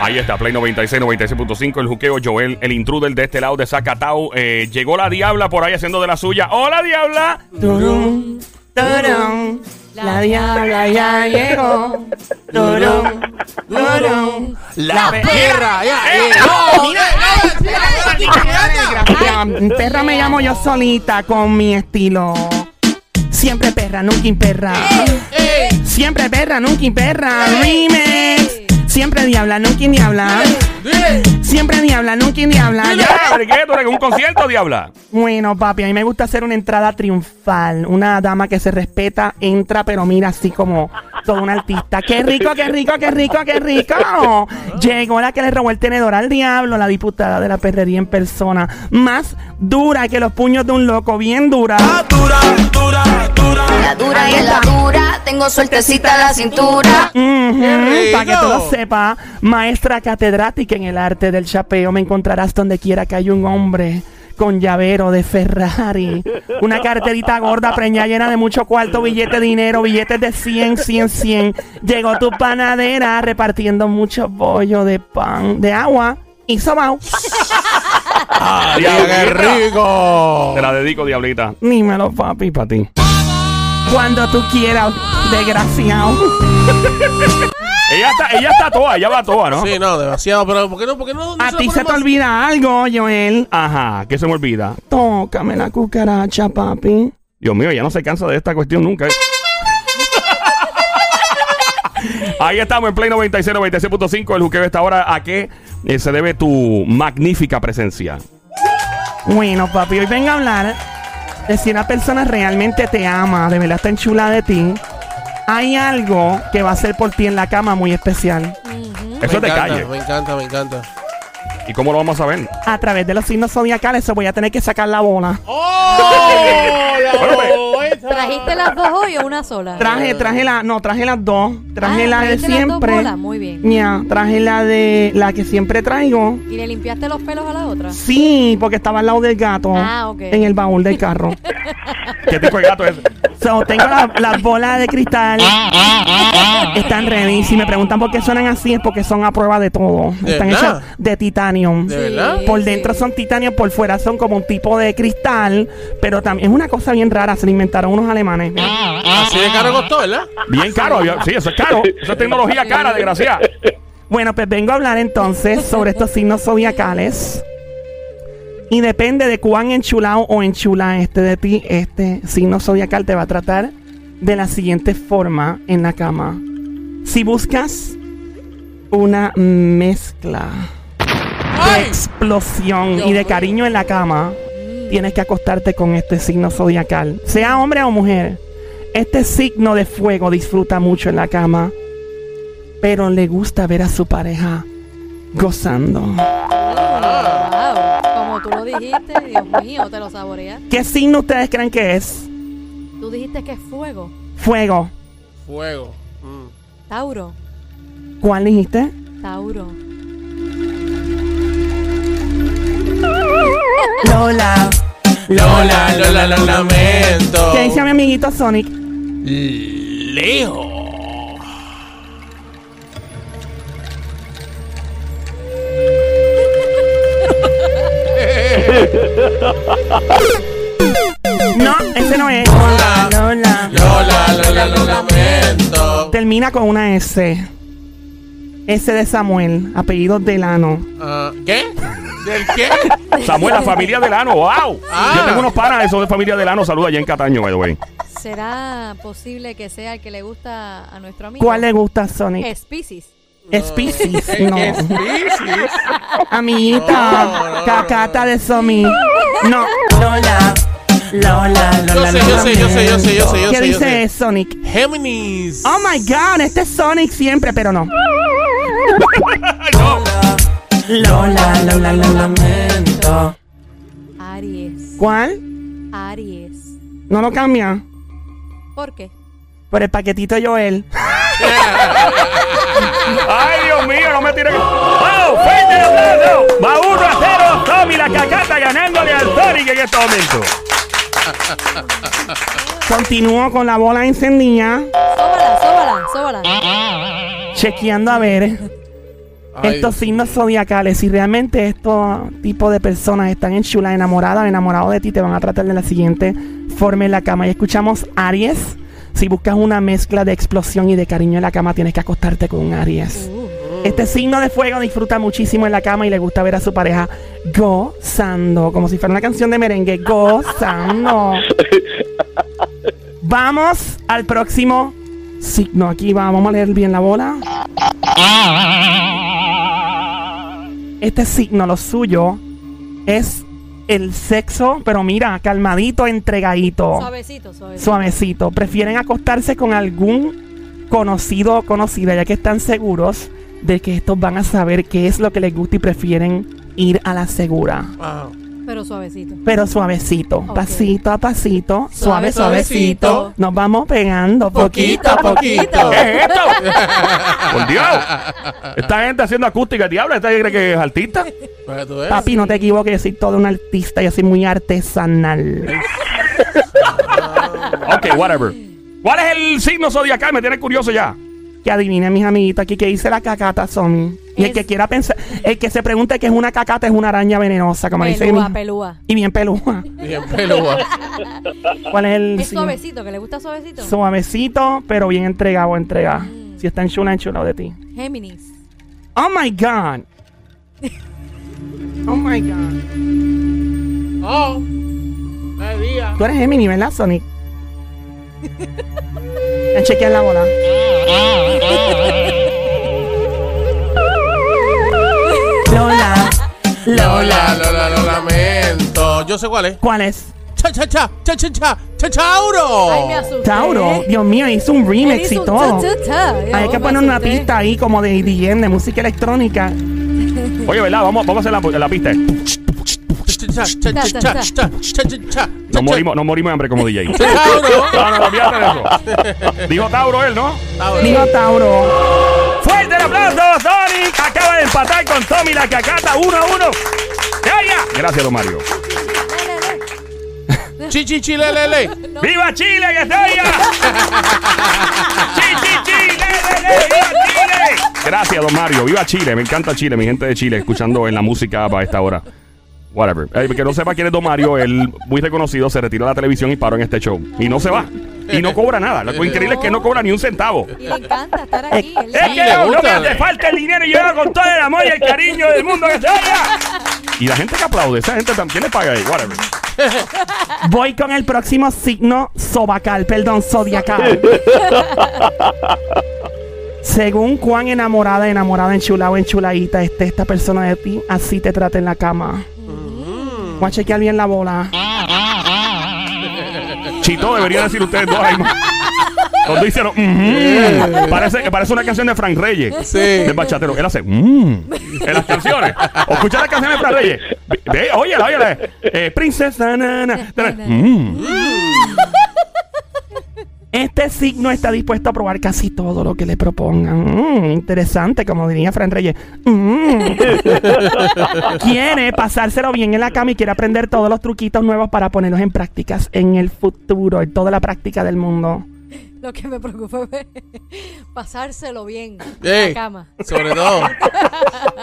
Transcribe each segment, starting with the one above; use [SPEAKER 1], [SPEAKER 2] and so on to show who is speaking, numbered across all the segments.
[SPEAKER 1] Ahí está, Play 96, 96.5, el juqueo, Joel, el intruder de este lado de Zacatau. Eh, llegó la diabla por ahí haciendo de la suya. ¡Hola, diabla!
[SPEAKER 2] Turum, turum, la diabla ya llegó. Turum, turum,
[SPEAKER 3] La perra, ya,
[SPEAKER 1] eh,
[SPEAKER 3] llegó.
[SPEAKER 2] Desgraciada. Perra me llamo yo solita con mi estilo. Siempre perra, nunca imperra. Siempre perra, nunca imperra. Remix. Siempre diabla, nunca diabla. Siempre diabla, nunca diabla.
[SPEAKER 1] ¡Ya! ¿De qué? ¿Tú eres en un concierto, diabla?
[SPEAKER 2] Bueno, papi, a mí me gusta hacer una entrada triunfal. Una dama que se respeta, entra, pero mira así como toda una artista. ¡Qué rico, qué rico, qué rico, qué rico! Llegó la que le robó el tenedor al diablo, la diputada de la perrería en persona. Más dura que los puños de un loco, bien dura.
[SPEAKER 4] La dura y es la dura, tengo suertecita en la cintura.
[SPEAKER 3] ¡Qué
[SPEAKER 2] Para Mm, que
[SPEAKER 3] rico!
[SPEAKER 2] todo sepa, maestra catedrática en el arte del chapeo, me encontrarás donde quiera que haya un hombre con llavero de Ferrari, una carterita gorda preñada llena de mucho cuarto, billete, dinero, billetes de 100, 100, 100. Llegó tu panadera repartiendo mucho bollo de pan, de agua y sobao.
[SPEAKER 3] Ay,
[SPEAKER 1] Diablita.
[SPEAKER 3] qué rico.
[SPEAKER 1] Te la dedico, diablita.
[SPEAKER 2] Dímelo, papi, para ti. Cuando tú quieras, desgraciado.
[SPEAKER 1] Ella está, ella está toda, ella va toda, ¿no?
[SPEAKER 3] Sí, no, demasiado, pero ¿por qué no? ¿Por qué no? no
[SPEAKER 2] A
[SPEAKER 3] la
[SPEAKER 2] ti se te
[SPEAKER 3] ponen más?
[SPEAKER 2] olvida algo, Joel.
[SPEAKER 1] Ajá, que se me olvida.
[SPEAKER 2] Tócame la cucaracha, papi.
[SPEAKER 1] Dios mío, ya no se cansa de esta cuestión nunca. ¿eh? Ahí estamos en Play 96, 96.5. El juqueo está ahora. ¿A qué eh, se debe tu magnífica presencia?
[SPEAKER 2] Bueno, papi, hoy vengo a hablar de si una persona realmente te ama, de verdad está enchulada de ti. Hay algo que va a ser por ti en la cama muy especial.
[SPEAKER 1] Eso es de
[SPEAKER 3] Mm. me encanta,
[SPEAKER 1] calle.
[SPEAKER 3] Me encanta, me encanta.
[SPEAKER 1] ¿Y cómo lo vamos a saber?
[SPEAKER 2] A través de los signos zodiacales se voy a tener que sacar la bola.
[SPEAKER 3] Oh, pues,
[SPEAKER 5] ¿Trajiste las dos hoy o una sola?
[SPEAKER 2] Traje, traje la, no, traje las dos. Traje
[SPEAKER 5] Ah,
[SPEAKER 2] la de
[SPEAKER 5] trajiste las dos
[SPEAKER 2] siempre.
[SPEAKER 5] bolas, muy bien.
[SPEAKER 2] Ya, traje la de la que siempre traigo.
[SPEAKER 5] ¿Y le limpiaste los pelos a la otra?
[SPEAKER 2] Sí, porque estaba al lado del gato.
[SPEAKER 5] Ah, ok.
[SPEAKER 2] En el baúl del carro.
[SPEAKER 1] ¿Qué tipo de gato es?
[SPEAKER 2] So, tengo la- las bolas de cristal.
[SPEAKER 3] Ah,
[SPEAKER 2] Están ready. Si me preguntan por qué suenan así, es porque son a prueba de todo.
[SPEAKER 3] ¿De
[SPEAKER 2] Están
[SPEAKER 3] verdad?
[SPEAKER 2] hechas de titanium.
[SPEAKER 3] ¿De verdad?
[SPEAKER 2] Por dentro son titanio, por fuera son como un tipo de cristal. Pero también es una cosa bien rara. Se la inventaron unos alemanes.
[SPEAKER 3] Ah, Así de caro costó, ¿verdad?
[SPEAKER 1] Bien caro. había- Sí, eso es caro. Eso es tecnología cara, desgraciada.
[SPEAKER 2] Bueno, pues vengo a hablar entonces sobre estos signos zodiacales. Y depende de cuán enchulado o enchula este de ti, este signo zodiacal te va a tratar de la siguiente forma en la cama. Si buscas una mezcla de explosión y de cariño en la cama, tienes que acostarte con este signo zodiacal. Sea hombre o mujer, este signo de fuego disfruta mucho en la cama pero le gusta ver a su pareja gozando.
[SPEAKER 5] Ah, wow. Como tú lo dijiste, Dios mío, te lo saboreas.
[SPEAKER 2] ¿Qué signo ustedes creen que es?
[SPEAKER 5] Tú dijiste que es fuego.
[SPEAKER 2] Fuego.
[SPEAKER 3] Fuego. Mm.
[SPEAKER 5] Tauro.
[SPEAKER 2] ¿Cuál dijiste?
[SPEAKER 5] Tauro.
[SPEAKER 2] Lola.
[SPEAKER 3] Lola, Lola, lo lamento.
[SPEAKER 2] ¿Qué dice mi amiguito Sonic?
[SPEAKER 3] Leo.
[SPEAKER 2] No, ese no es. Lola, Lola.
[SPEAKER 3] Lola, Lola, lo lamento.
[SPEAKER 2] Termina con una S. S de Samuel, apellido Delano.
[SPEAKER 3] Ah, ¿Qué? ¿Del qué?
[SPEAKER 1] Samuel, la familia Delano. ¡Wow!
[SPEAKER 3] Ah.
[SPEAKER 1] Yo tengo unos panas de esos de familia Delano. Saluda allá en Cataño, by the way.
[SPEAKER 5] ¿Será posible que sea el que le gusta a nuestro amigo?
[SPEAKER 2] ¿Cuál le gusta a Sonic?
[SPEAKER 5] Es Pisces.
[SPEAKER 2] Species.
[SPEAKER 3] ¿Qué
[SPEAKER 2] No.
[SPEAKER 3] qué species?
[SPEAKER 2] Amiguita.
[SPEAKER 3] No, no, no,
[SPEAKER 2] cacata de Somi. No. Lola. Lola, Lola.
[SPEAKER 3] Yo sé, yo sé, yo sé, yo sé, yo sé, yo
[SPEAKER 2] ¿Qué
[SPEAKER 3] sé, yo
[SPEAKER 2] dice
[SPEAKER 3] sé.
[SPEAKER 2] Sonic?
[SPEAKER 3] Géminis.
[SPEAKER 2] Oh my god, este es Sonic siempre, pero no. Lola, Lola, Lola, lamento.
[SPEAKER 5] Aries.
[SPEAKER 2] ¿Cuál?
[SPEAKER 5] Aries.
[SPEAKER 2] No lo cambia.
[SPEAKER 5] ¿Por qué?
[SPEAKER 2] Por el paquetito de Joel.
[SPEAKER 1] ¡Ay, Dios mío! ¡No me tiren! ¡Oh! ¡Fuerte el aplauso! ¡Va 1 a 0! ¡Tommy la cacata ganándole al Sonic en este momento!
[SPEAKER 2] Continúo con la bola encendida,
[SPEAKER 5] Sóbala, sóbala, sóbala.
[SPEAKER 2] chequeando a ver
[SPEAKER 3] Ah. Ay,
[SPEAKER 2] estos signos zodiacales, si realmente estos tipos de personas están enchuladas, enamoradas o enamorados de ti, te van a tratar de la siguiente forma en la cama. Y escuchamos Aries. Si buscas una mezcla de explosión y de cariño en la cama, tienes que acostarte con un Aries.
[SPEAKER 5] Uh,
[SPEAKER 2] Este signo de fuego disfruta muchísimo en la cama y le gusta ver a su pareja gozando, como si fuera una canción de merengue, gozando. Vamos al próximo signo. Aquí va, vamos a leer bien la bola. Este signo, lo suyo, es el sexo, pero mira, calmadito, entregadito
[SPEAKER 5] Suavecito, suavecito.
[SPEAKER 2] suavecito. Prefieren acostarse con algún conocido o conocida, ya que están seguros de que estos van a saber qué es lo que les gusta y prefieren ir a la segura.
[SPEAKER 3] wow.
[SPEAKER 5] Pero suavecito.
[SPEAKER 2] Pero suavecito,
[SPEAKER 5] Ok.
[SPEAKER 2] pasito a pasito, suave,
[SPEAKER 5] Suave,
[SPEAKER 2] suavecito.
[SPEAKER 5] suavecito.
[SPEAKER 2] Nos vamos pegando poquito.
[SPEAKER 3] Poquito a poquito.
[SPEAKER 1] ¿Qué es esto? Por Dios. Esta gente haciendo acústica, diablo. ¿Esta gente cree que es artista?
[SPEAKER 3] Pues tú ves.
[SPEAKER 2] Papi, no
[SPEAKER 5] Eh,
[SPEAKER 2] te equivoques, yo soy todo un artista, yo soy muy artesanal.
[SPEAKER 1] Ok, whatever. ¿Cuál es el signo zodiacal? Me tiene curioso ya.
[SPEAKER 2] Que adivinen mis amiguitos aquí que dice la cacata son. Y el
[SPEAKER 5] Es-
[SPEAKER 2] que quiera pensar, el que se pregunte que es una cacata es una araña venenosa, como dice
[SPEAKER 5] Pelúa,
[SPEAKER 2] mi-
[SPEAKER 5] pelúa.
[SPEAKER 2] Y bien pelúa.
[SPEAKER 3] Bien peludo.
[SPEAKER 2] ¿Cuál es el
[SPEAKER 5] Es
[SPEAKER 2] signo?
[SPEAKER 5] suavecito, que le gusta suavecito.
[SPEAKER 2] Suavecito, pero bien entregado, entregado.
[SPEAKER 5] Mm.
[SPEAKER 2] Si está enchulado, enchulado de ti.
[SPEAKER 5] Géminis.
[SPEAKER 2] Oh my God. Oh my God.
[SPEAKER 3] Oh. Ay, día.
[SPEAKER 2] Tú eres Gemini, ¿verdad, Sonic? Ya chequeé la bola. Lola,
[SPEAKER 3] Lola, Lola, lo lamento. Yo sé cuál es.
[SPEAKER 2] ¿cuál es?
[SPEAKER 3] Cha, cha, cha, cha, cha, cha, cha, chauro.
[SPEAKER 5] Ay, me asusté.
[SPEAKER 2] Tauro. Dios mío, hizo un
[SPEAKER 5] ¿Eh? Él
[SPEAKER 2] remix y
[SPEAKER 5] hizo un
[SPEAKER 2] todo.
[SPEAKER 5] cha, cha, cha.
[SPEAKER 2] Hay
[SPEAKER 5] Yo
[SPEAKER 2] que
[SPEAKER 5] me
[SPEAKER 2] poner una
[SPEAKER 5] asusté.
[SPEAKER 2] pista ahí como de DJ, de música electrónica.
[SPEAKER 1] Oye, ¿verdad? Vamos, vamos a hacer la, la pista.
[SPEAKER 3] Cha, cha, cha, cha, cha, cha, cha, cha, cha, cha.
[SPEAKER 1] Nos morimos, nos morimos de hambre como DJ.
[SPEAKER 3] Cha, Chauro.
[SPEAKER 1] No, no, no, olvídate de eso. Dijo Tauro él, ¿no?
[SPEAKER 3] Ah,
[SPEAKER 2] Digo Tauro.
[SPEAKER 1] ¡Fuerte el aplauso, Sonic! Acaba de empatar con Tommy la cacata 1 a 1. ¡Ella! Gracias, don Mario.
[SPEAKER 3] Chi, chi, chi, le, le, le.
[SPEAKER 1] ¡Viva Chile, que está allá! ¡Chi, chi, chi! le, le, le! ¡Viva Chile! Gracias, don Mario. ¡Viva Chile! Me encanta Chile, mi gente de Chile, escuchando en la música para esta hora. Whatever. Eh, que no sepa quién es Don Mario, él muy reconocido, se retira de la televisión y paró en este show. Y no se va. Y no cobra nada. Lo increíble es que no cobra ni un centavo.
[SPEAKER 5] Y le encanta estar
[SPEAKER 2] Eh,
[SPEAKER 5] aquí. él
[SPEAKER 1] Es
[SPEAKER 5] le-
[SPEAKER 1] que
[SPEAKER 3] le
[SPEAKER 1] no, no me
[SPEAKER 3] gusta.
[SPEAKER 1] hace falta el dinero y yo hago con todo el amor y el cariño del mundo que se vaya. Y la gente que aplaude, esa gente también le paga ahí, whatever.
[SPEAKER 2] Voy con el próximo signo sobacal, perdón, zodiacal. Según cuán enamorada, enamorada, enchulado, enchuladita esté esta persona de ti, así te trata en la cama. Voy a chequear bien la bola.
[SPEAKER 1] Chito, deberían decir ustedes dos ahí más. Cuando dicen, "Ujú". "Mm-hmm". parece, parece una canción de Frank Reyes.
[SPEAKER 3] Sí.
[SPEAKER 1] Del bachatero. Él hace, "Mm", en las canciones. O escucha la canción de Frank Reyes. Ve- Ve, óyela, óyela. Eh, princesa, na, na, na, na. Mm.
[SPEAKER 2] Este signo está dispuesto a probar casi todo lo que le propongan. Mm, interesante, como diría Fran Reyes. Mm. quiere pasárselo bien en la cama y quiere aprender todos los truquitos nuevos para ponerlos en prácticas en el futuro, en toda la práctica del mundo.
[SPEAKER 5] Lo que me preocupa es pasárselo bien en
[SPEAKER 3] Ey,
[SPEAKER 5] la cama.
[SPEAKER 3] Sobre todo,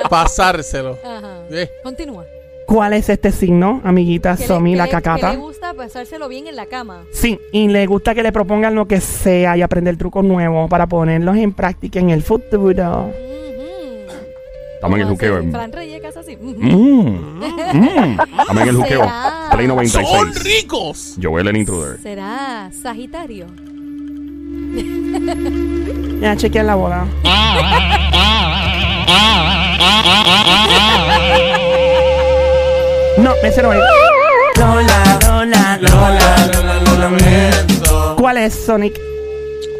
[SPEAKER 3] pasárselo.
[SPEAKER 5] Ajá.
[SPEAKER 3] Ey.
[SPEAKER 5] Continúa.
[SPEAKER 2] ¿Cuál es este signo, amiguita
[SPEAKER 5] Que le-
[SPEAKER 2] Somi,
[SPEAKER 5] que
[SPEAKER 2] la
[SPEAKER 5] le- Que
[SPEAKER 2] cacata?
[SPEAKER 5] le gusta pasárselo bien en la cama.
[SPEAKER 2] Sí, y le gusta que le propongan lo que sea y aprender trucos nuevos para ponerlos en práctica en el futuro.
[SPEAKER 5] Ujú.
[SPEAKER 1] Estamos en el
[SPEAKER 5] Como hace
[SPEAKER 1] juqueo. eh.
[SPEAKER 5] Fran Reyes que hace así. Mm-hmm. Ujú.
[SPEAKER 1] Mm. Mm. Estamos en el juqueo.
[SPEAKER 5] ¿Será?
[SPEAKER 1] Play
[SPEAKER 3] Son
[SPEAKER 1] 96.
[SPEAKER 3] ricos.
[SPEAKER 1] Joel el intruder.
[SPEAKER 5] Será Sagitario.
[SPEAKER 2] Ya chequear la boda. No, ese no es. Lola, Lola,
[SPEAKER 3] Lola, Lola, lo lamento.
[SPEAKER 2] ¿Cuál es Sonic?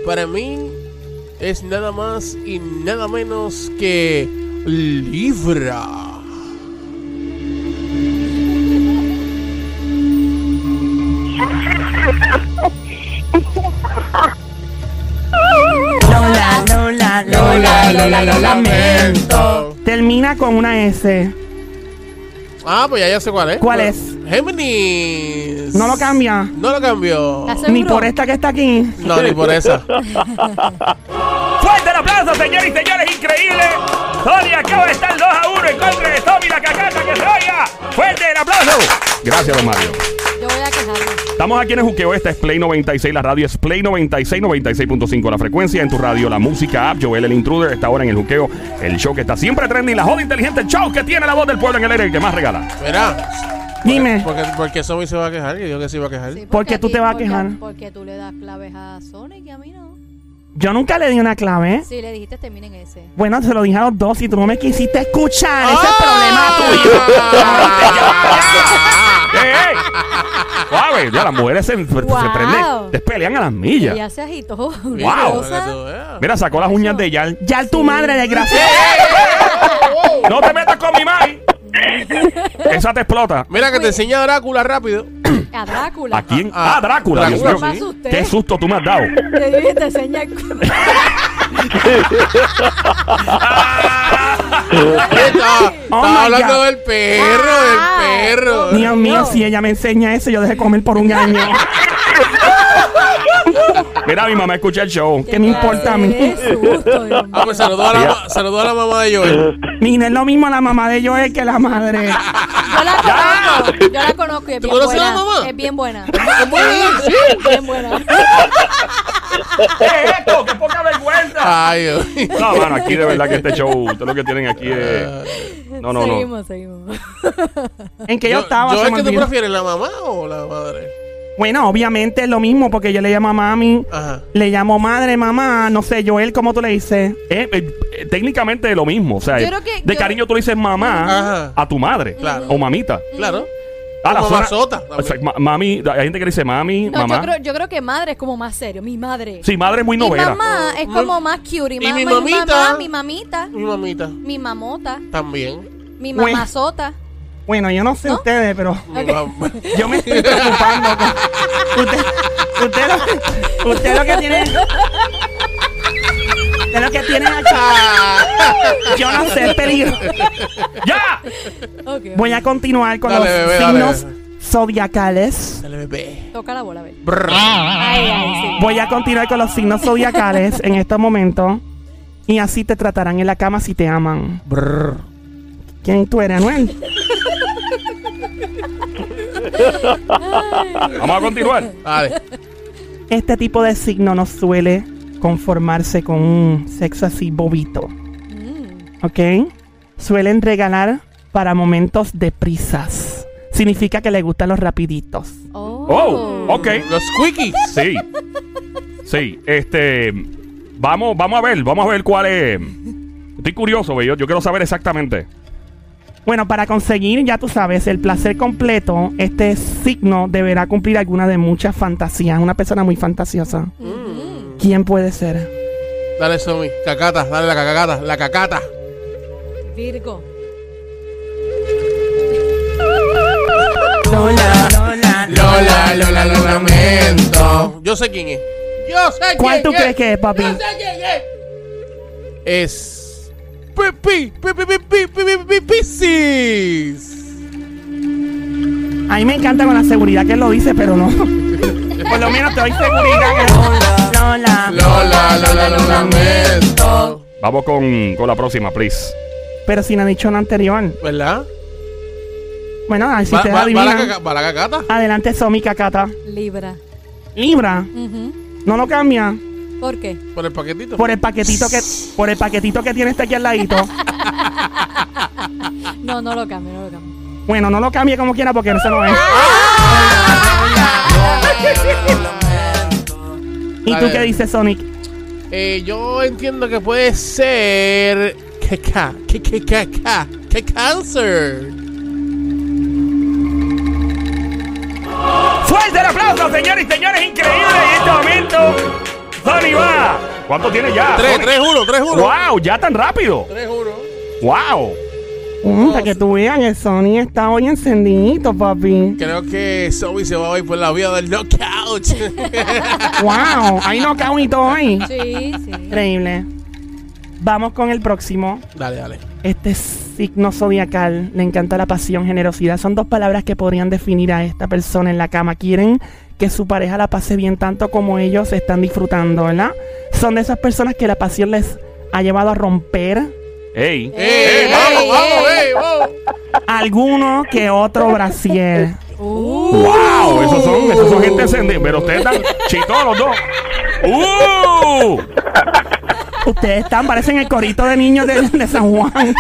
[SPEAKER 3] Para mí es nada más y nada menos que Libra.
[SPEAKER 2] Lola, Lola,
[SPEAKER 3] Lola, Lola, lo lamento.
[SPEAKER 2] Termina con una S.
[SPEAKER 3] Ah, pues ya, ya sé cuál es.
[SPEAKER 2] ¿Cuál
[SPEAKER 3] Bueno,
[SPEAKER 2] es?
[SPEAKER 3] Géminis.
[SPEAKER 2] No lo cambia.
[SPEAKER 3] No lo cambió.
[SPEAKER 5] ¿Estás
[SPEAKER 2] Oh. Ni
[SPEAKER 5] seguro?
[SPEAKER 2] por esta que está aquí.
[SPEAKER 3] No, ni por esa.
[SPEAKER 1] ¡Fuerte el aplauso, señores y señores! ¡Increíble! Tony acaba de estar 2 a 1 en contra de Tommy la cacata que se oiga. Fuerte el aplauso. Gracias, don Mario.
[SPEAKER 5] Yo voy a quejarme.
[SPEAKER 1] Estamos aquí en el juqueo. Esta es Play 96. La radio es Play 96, 96.5. La frecuencia en tu radio, la música app. Joel el intruder está ahora en el juqueo. El show que está siempre trending. La joda inteligente. El show que tiene la voz del pueblo en el aire. El que más regala.
[SPEAKER 3] Mira,
[SPEAKER 2] Dime.
[SPEAKER 3] porque, porque Somi se va a quejar y yo que se iba a quejar.
[SPEAKER 5] Sí,
[SPEAKER 2] ¿Por qué
[SPEAKER 5] a
[SPEAKER 2] tú
[SPEAKER 5] ti-
[SPEAKER 2] te vas a
[SPEAKER 5] porque-
[SPEAKER 2] quejar?
[SPEAKER 5] Porque tú le das claves a Sonic y a mí no.
[SPEAKER 2] Yo nunca le di una clave. ¿eh?
[SPEAKER 5] Sí, le dijiste terminen ese.
[SPEAKER 2] Bueno, se lo dije a los dos y tú no me quisiste escuchar. Ese es
[SPEAKER 3] ¡Ah!
[SPEAKER 2] problema tuyo.
[SPEAKER 1] ¡Ey, ey! Suave, ya las mujeres se, se
[SPEAKER 5] Wow.
[SPEAKER 1] prenden. Te pelean a las millas.
[SPEAKER 5] Ella se agitó.
[SPEAKER 1] Wow.
[SPEAKER 3] Para que tú veas.
[SPEAKER 1] Mira, sacó las uñas de Yal.
[SPEAKER 2] Ya tu madre, desgraciada.
[SPEAKER 1] ¡No te metas con mi mami! Esa te explota.
[SPEAKER 3] Mira que te enseña Drácula rápido.
[SPEAKER 5] A Drácula.
[SPEAKER 1] ¿A quién?
[SPEAKER 3] Ah,
[SPEAKER 1] Ah, Drácula. Dios
[SPEAKER 3] Drácula,
[SPEAKER 1] mío.
[SPEAKER 5] sí. Me asusté.
[SPEAKER 1] Qué susto tú me has dado.
[SPEAKER 5] Te dije, te enseña el cu-
[SPEAKER 3] Estaba,
[SPEAKER 2] Oh
[SPEAKER 3] estaba
[SPEAKER 2] my
[SPEAKER 3] hablando
[SPEAKER 2] God. Ah.
[SPEAKER 3] del perro, del perro.
[SPEAKER 2] Dios mío, si ella me enseña eso, yo dejé de comer por un año.
[SPEAKER 1] Mira, mi mamá escucha el show.
[SPEAKER 2] ¿Qué me importa a mí?
[SPEAKER 5] Qué susto, Dios mío.
[SPEAKER 3] Ah, pues saludó a la,
[SPEAKER 1] Ya.
[SPEAKER 3] ma- saludó a la mamá de Joel.
[SPEAKER 2] Ni no es lo mismo la mamá de Joel que la madre.
[SPEAKER 5] Yo la conozco. Yo la conozco y es
[SPEAKER 3] ¿Tú
[SPEAKER 5] bien
[SPEAKER 3] conoces a la
[SPEAKER 5] buena.
[SPEAKER 3] mamá?
[SPEAKER 5] Es bien buena.
[SPEAKER 3] Es buena, sí.
[SPEAKER 5] Bien buena.
[SPEAKER 1] ¿Qué es esto? ¡Qué poca vergüenza!
[SPEAKER 3] Ay, Dios.
[SPEAKER 1] No, mano, aquí de verdad que este show, ustedes lo que tienen aquí es. No, no, no.
[SPEAKER 5] seguimos, seguimos.
[SPEAKER 2] En que yo, estaba. se
[SPEAKER 3] Joel,
[SPEAKER 2] me
[SPEAKER 3] ¿qué tú
[SPEAKER 2] olvidó.
[SPEAKER 3] prefieres, la mamá o la madre?
[SPEAKER 2] Bueno, obviamente es lo mismo porque yo le llamo a mami,
[SPEAKER 3] Ajá.
[SPEAKER 2] le llamo madre, mamá, no sé, Joel, ¿cómo tú le dices?
[SPEAKER 1] Eh, eh, eh, técnicamente es lo mismo. O sea, eh,
[SPEAKER 5] Yo creo que-
[SPEAKER 1] de
[SPEAKER 5] yo-
[SPEAKER 1] cariño tú le dices mamá
[SPEAKER 3] Ajá.
[SPEAKER 1] a tu madre
[SPEAKER 3] Claro.
[SPEAKER 1] o mamita.
[SPEAKER 3] Claro.
[SPEAKER 1] Ah, la
[SPEAKER 3] O
[SPEAKER 1] suena-
[SPEAKER 3] mamazota también.
[SPEAKER 1] o sea, ma- mami, hay gente que le dice mami,
[SPEAKER 5] No,
[SPEAKER 1] mamá.
[SPEAKER 5] yo creo, yo creo que madre es como más serio. Mi madre.
[SPEAKER 1] Sí, madre es muy
[SPEAKER 5] mi
[SPEAKER 1] novela.
[SPEAKER 5] mamá es como más cutie.
[SPEAKER 3] Y mi
[SPEAKER 5] mamá-
[SPEAKER 3] mamita.
[SPEAKER 5] mamá, mi mamita.
[SPEAKER 3] Mi mamita
[SPEAKER 5] Mi mamota.
[SPEAKER 3] también.
[SPEAKER 5] Mi
[SPEAKER 2] Bueno.
[SPEAKER 5] mamazota.
[SPEAKER 2] Bueno, yo no sé ustedes, pero
[SPEAKER 3] Mi mamá.
[SPEAKER 2] yo me estoy preocupando. con- Usted, usted, lo, usted lo que tiene... Usted lo que tiene acá, yo no sé, peligro.
[SPEAKER 1] ¡Ya!
[SPEAKER 5] Ok,
[SPEAKER 2] Voy a continuar con
[SPEAKER 3] Dale,
[SPEAKER 2] los
[SPEAKER 3] bebé, dale,
[SPEAKER 2] signos
[SPEAKER 3] bebé.
[SPEAKER 2] zodiacales.
[SPEAKER 3] Dale, bebé.
[SPEAKER 5] toca la bola, a ver.
[SPEAKER 3] Brr.
[SPEAKER 5] Ay, ay, sí.
[SPEAKER 2] Voy a continuar con los signos zodiacales en este momento. Y así te tratarán en la cama si te aman.
[SPEAKER 3] Brr.
[SPEAKER 2] ¿Quién tú eres, Anuel?
[SPEAKER 1] Vamos a continuar.
[SPEAKER 3] Dale.
[SPEAKER 2] Este tipo de signo no suele conformarse con un sexo así bobito.
[SPEAKER 3] Mm.
[SPEAKER 2] ¿Ok? Suelen regalar para momentos de prisas. Significa que le gustan los rapiditos.
[SPEAKER 1] Oh, ok.
[SPEAKER 3] Los quickies.
[SPEAKER 1] Sí. Sí, este. Vamos, vamos a ver, vamos a ver cuál es. Estoy curioso, bello. Yo quiero saber exactamente.
[SPEAKER 2] Bueno, para conseguir, ya tú sabes, el placer completo, este signo deberá cumplir alguna de muchas fantasías. Una persona muy fantasiosa. ¿Quién puede ser?
[SPEAKER 3] Dale, Somi. Cacata, dale la cacata, la cacata.
[SPEAKER 5] Virgo.
[SPEAKER 3] Lola, Lola, lo lamento. Yo sé quién es. Yo sé
[SPEAKER 2] ¿Cuál
[SPEAKER 3] quién
[SPEAKER 2] tú
[SPEAKER 3] es.
[SPEAKER 2] crees que es, papi?
[SPEAKER 3] Yo sé quién es. Es. Pipi, pipi, pipi, pipi, pipi, Piscis.
[SPEAKER 2] A mí me encanta con la seguridad que él lo dice, pero no. Por lo menos te doy seguridad. que- Lola.
[SPEAKER 3] Lola, Lola, lo lamento.
[SPEAKER 1] Vamos con, con la próxima, please.
[SPEAKER 2] Pero sin ha dicho la anterior.
[SPEAKER 3] ¿Verdad?
[SPEAKER 2] Bueno, a ver si
[SPEAKER 3] Va,
[SPEAKER 2] te
[SPEAKER 3] va- va la
[SPEAKER 2] adivinan.
[SPEAKER 3] caca- va la cacata.
[SPEAKER 2] Adelante, Somi Cacata.
[SPEAKER 5] Libra.
[SPEAKER 2] Libra,
[SPEAKER 5] Ujú.
[SPEAKER 2] no lo cambia.
[SPEAKER 5] ¿Por qué?
[SPEAKER 3] Por el paquetito.
[SPEAKER 2] Por el paquetito que, por el paquetito que tiene este aquí al ladito.
[SPEAKER 3] Ah.
[SPEAKER 5] No, no lo cambio, no lo cambio.
[SPEAKER 2] Bueno, no lo cambie como quiera porque eso no es.
[SPEAKER 3] Ah.
[SPEAKER 2] ¿Y tú
[SPEAKER 3] Dale.
[SPEAKER 2] qué dices, Sonic?
[SPEAKER 3] Eh, yo entiendo que puede ser. Que ca, que que que ca, que cáncer.
[SPEAKER 1] ¡Fuerte el aplauso, señores y señores! ¡Increíble! En este momento, Sony va. ¿Cuánto tiene
[SPEAKER 2] Ah,
[SPEAKER 1] ya?
[SPEAKER 3] 3,
[SPEAKER 1] Sony?
[SPEAKER 3] 3, 1, 3, 1.
[SPEAKER 1] ¡Wow! ¡Ya tan rápido!
[SPEAKER 3] 3, 1.
[SPEAKER 1] ¡Wow!
[SPEAKER 2] Mm, para que tú veas, el Sonic está hoy encendidito, papi.
[SPEAKER 3] Creo que Zombie se va a ir por la vía del knockout.
[SPEAKER 2] ¡Wow! Hay knockout y todo ahí.
[SPEAKER 5] Sí, sí.
[SPEAKER 2] Increíble. Vamos con el próximo.
[SPEAKER 3] dale, dale.
[SPEAKER 2] Este signo zodiacal le encanta la pasión, generosidad. Son dos palabras que podrían definir a esta persona en la cama. Quieren que su pareja la pase bien tanto como ellos están disfrutando, ¿verdad? Son de esas personas que la pasión les ha llevado a romper
[SPEAKER 1] Ey.
[SPEAKER 5] Ey.
[SPEAKER 3] ¡Eh, vamos, vamos, eh, vamos!
[SPEAKER 2] Alguno que otro brasier.
[SPEAKER 5] Uh,
[SPEAKER 1] ¡Wow! Esos son, esos son gente encendida. Pero ustedes están chitos los dos. ¡Uh!
[SPEAKER 2] Ustedes están, parecen el corito de niños de, de San Juan.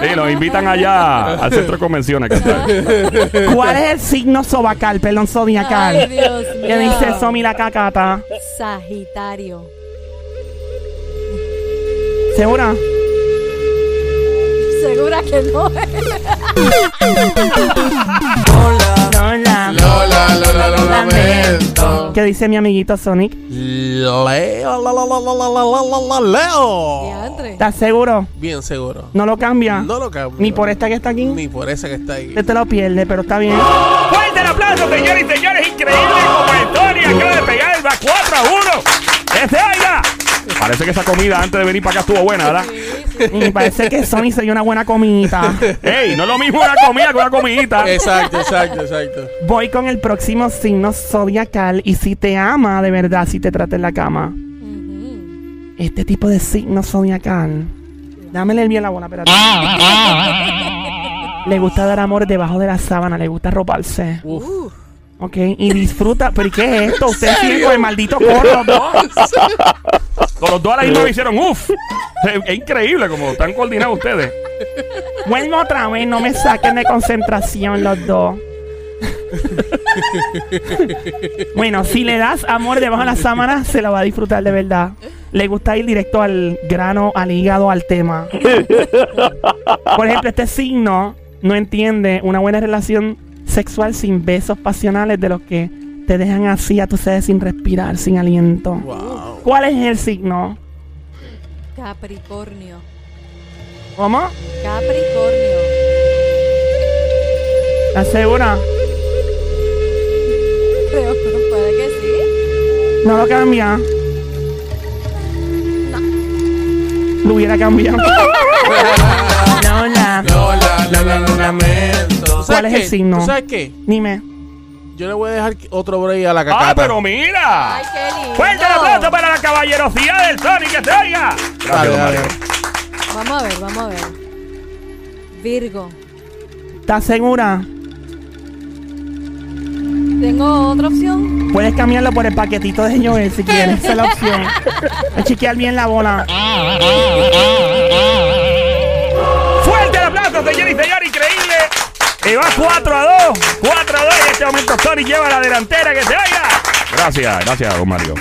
[SPEAKER 1] Sí, los invitan allá al centro de convenciones a cantar.
[SPEAKER 2] ¿Cuál es el signo sobacal, perdón,
[SPEAKER 5] ay,
[SPEAKER 2] zodiacal?
[SPEAKER 5] Dios
[SPEAKER 2] Que dice
[SPEAKER 5] mío.
[SPEAKER 2] Somi la cacata.
[SPEAKER 5] Sagitario.
[SPEAKER 2] ¿Segura?
[SPEAKER 5] Segura que no es.
[SPEAKER 2] Hola.
[SPEAKER 3] Lola, Lola, lo lamento.
[SPEAKER 2] ¿Qué dice mi amiguito Sonic?
[SPEAKER 3] Leo, la, la, la, la, la, la, la, la, Leo.
[SPEAKER 5] Diantre.
[SPEAKER 2] ¿Estás seguro?
[SPEAKER 3] Bien seguro.
[SPEAKER 2] ¿No lo cambia?
[SPEAKER 3] No lo cambio.
[SPEAKER 2] Ah. Ni por esta que está aquí.
[SPEAKER 3] Ni por esa que está ahí.
[SPEAKER 2] Usted te lo pierde, pero está bien.
[SPEAKER 1] ¡Fuerte el aplauso, señores y señores! ¡Increíble como Antonio acaba de pegar el 4 a 1! ¡Ese aire! Parece que esa comida antes de venir para acá estuvo buena, ¿verdad?
[SPEAKER 2] Y parece que Sonic se dio una buena comidita.
[SPEAKER 1] ¡Ey! No es lo mismo una comida que una comidita.
[SPEAKER 3] Exacto, exacto, exacto.
[SPEAKER 2] Voy con el próximo signo zodiacal. Y si te ama de verdad, si te trata en la cama.
[SPEAKER 5] Ujú.
[SPEAKER 2] Este tipo de signo zodiacal. Dame el bien la buena, espérate. le gusta dar amor debajo de la sábana, le gusta roparse.
[SPEAKER 3] Uf.
[SPEAKER 2] Ok, y disfruta. ¿Pero y qué es esto? Ustedes siguen con el maldito coro, ¿no?
[SPEAKER 1] Con los dos a la misma me hicieron ¡Uf! Es, es increíble como están coordinados ustedes.
[SPEAKER 2] Vuelvo otra vez, no me saquen de concentración los dos. bueno, si le das amor debajo de la sábana, se lo va a disfrutar de verdad. Le gusta ir directo al grano, al hígado, al tema. Por ejemplo, este signo no entiende una buena relación sexual sin besos pasionales de los que te dejan así a tu sede sin respirar, sin aliento.
[SPEAKER 3] Wow.
[SPEAKER 2] ¿Cuál es el signo?
[SPEAKER 5] Capricornio.
[SPEAKER 2] ¿Cómo?
[SPEAKER 5] Capricornio.
[SPEAKER 2] ¿Estás segura?
[SPEAKER 5] Creo que puede que
[SPEAKER 2] No lo cambia. Lo hubiera cambiado. uh. no, la.
[SPEAKER 3] Lola, Lola, lo lamento. ¿Sabes
[SPEAKER 2] ¿Cuál es el
[SPEAKER 3] qué?
[SPEAKER 2] signo?
[SPEAKER 3] ¿Tú ¿Sabes qué?
[SPEAKER 2] Dime.
[SPEAKER 3] Yo le voy a dejar otro break a la cacata.
[SPEAKER 1] ¡Ah, pero mira!
[SPEAKER 5] Ay, qué lindo.
[SPEAKER 1] ¡Fuerte el aplauso para la caballerosidad del Sonic que se oiga!
[SPEAKER 3] Dale, dale.
[SPEAKER 5] Vamos a ver, vamos a ver. Virgo.
[SPEAKER 2] ¿Estás segura?
[SPEAKER 5] Tengo otra opción.
[SPEAKER 2] Puedes cambiarlo por el paquetito de Joel si quieres. Esa es la opción. A chequear bien la bola.
[SPEAKER 1] ¡Fuerte el aplauso, señor y señor! ¡Increíble! Y va 4 a 2. 4 a 2. En este momento Sony lleva la delantera. ¡Que se oiga! Gracias, gracias, don Mario.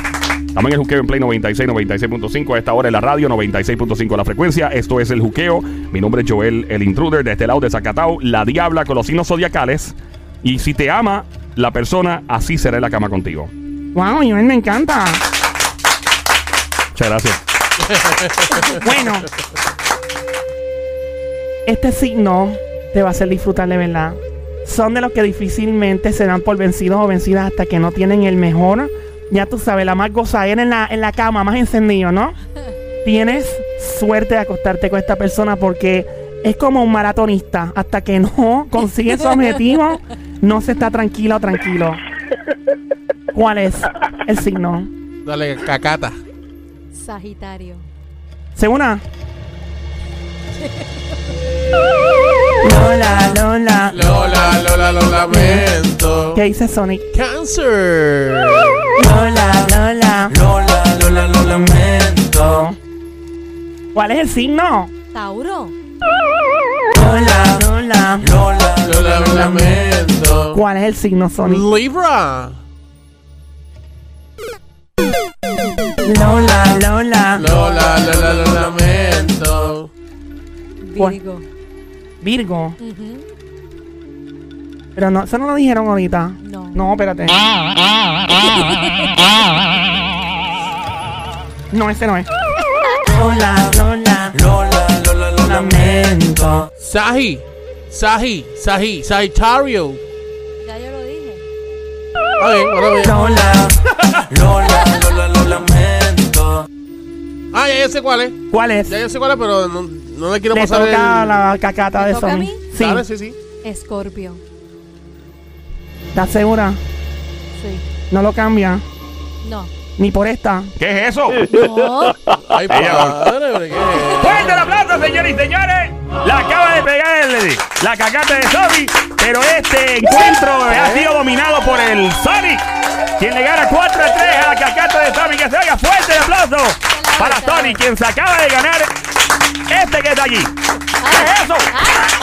[SPEAKER 1] También el Juqueo en Play 96, 96.5. A esta hora en la radio, 96.5 la frecuencia. Esto es el Juqueo. Mi nombre es Joel, el intruder de este lado de Zacatau, la diabla con los signos zodiacales. Y si te ama la persona, así será en la cama contigo.
[SPEAKER 2] Wow, Joel, me encanta.
[SPEAKER 1] Muchas gracias.
[SPEAKER 2] Bueno. Este signo te va a hacer disfrutar de verdad. Son de los que difícilmente se dan por vencidos o vencidas hasta que no tienen el mejor. Ya tú sabes, la más gozadera en la, en la cama, más encendido, ¿no? Tienes suerte de acostarte con esta persona porque es como un maratonista. Hasta que no consigue su objetivo, no se está tranquila o tranquilo. ¿Cuál es el signo?
[SPEAKER 3] Dale, cacata.
[SPEAKER 5] Sagitario.
[SPEAKER 2] ¿Seguna? Lola, Lola.
[SPEAKER 3] Lola, Lola, lo lamento.
[SPEAKER 2] ¿Qué dice Sonic?
[SPEAKER 3] Cáncer.
[SPEAKER 2] Lola, Lola.
[SPEAKER 3] Lola, Lola, lo lamento.
[SPEAKER 2] ¿Cuál es el signo?
[SPEAKER 5] Tauro.
[SPEAKER 2] Lola, Lola.
[SPEAKER 3] Lola, Lola, lo lamento.
[SPEAKER 2] ¿Cuál es el signo, Sonic?
[SPEAKER 3] Libra.
[SPEAKER 2] Lola, Lola.
[SPEAKER 3] Lola, Lola, lo lamento.
[SPEAKER 5] Virgo.
[SPEAKER 2] Virgo.
[SPEAKER 5] Ujú.
[SPEAKER 2] Pero no, eso no lo dijeron ahorita.
[SPEAKER 5] No.
[SPEAKER 2] No, espérate. No, este no es. Lola, Lola.
[SPEAKER 3] Lola, Lola, lo
[SPEAKER 2] Lamento.
[SPEAKER 3] Saji. Saji, Saji, Sagitario.
[SPEAKER 5] Ya yo lo dije.
[SPEAKER 3] A ver, ahora bien.
[SPEAKER 2] Lola.
[SPEAKER 3] Lola, Lola, lo lamento. Ah, ya, ya sé cuál es.
[SPEAKER 2] ¿Cuál es?
[SPEAKER 3] Ya yo sé cuál es, pero no, no le quiero
[SPEAKER 2] Le
[SPEAKER 3] pasar
[SPEAKER 2] toca
[SPEAKER 3] el...
[SPEAKER 2] la cacata
[SPEAKER 5] ¿Me
[SPEAKER 2] de
[SPEAKER 5] toca a
[SPEAKER 2] Sonic.
[SPEAKER 5] mí?
[SPEAKER 2] Sí.
[SPEAKER 3] ¿Sabes? Sí, sí.
[SPEAKER 5] Escorpio.
[SPEAKER 2] ¿Estás segura?
[SPEAKER 5] Sí.
[SPEAKER 2] No lo cambia.
[SPEAKER 5] No.
[SPEAKER 2] ni por esta.
[SPEAKER 1] ¿Qué es eso?
[SPEAKER 5] No.
[SPEAKER 3] Ay, padre, pero qué.
[SPEAKER 1] ¡Fuerte el aplauso, señores y señores! La acaba de pegar el- la cacata de Sonic, pero este encuentro ha sido dominado por el Sonic, quien le gana 4 a 3 a la cacata de Sonic. ¡Que se oiga fuerte el aplauso para Sonic, quien se acaba de ganar este que está allí! ¿Qué es eso?
[SPEAKER 5] Ay,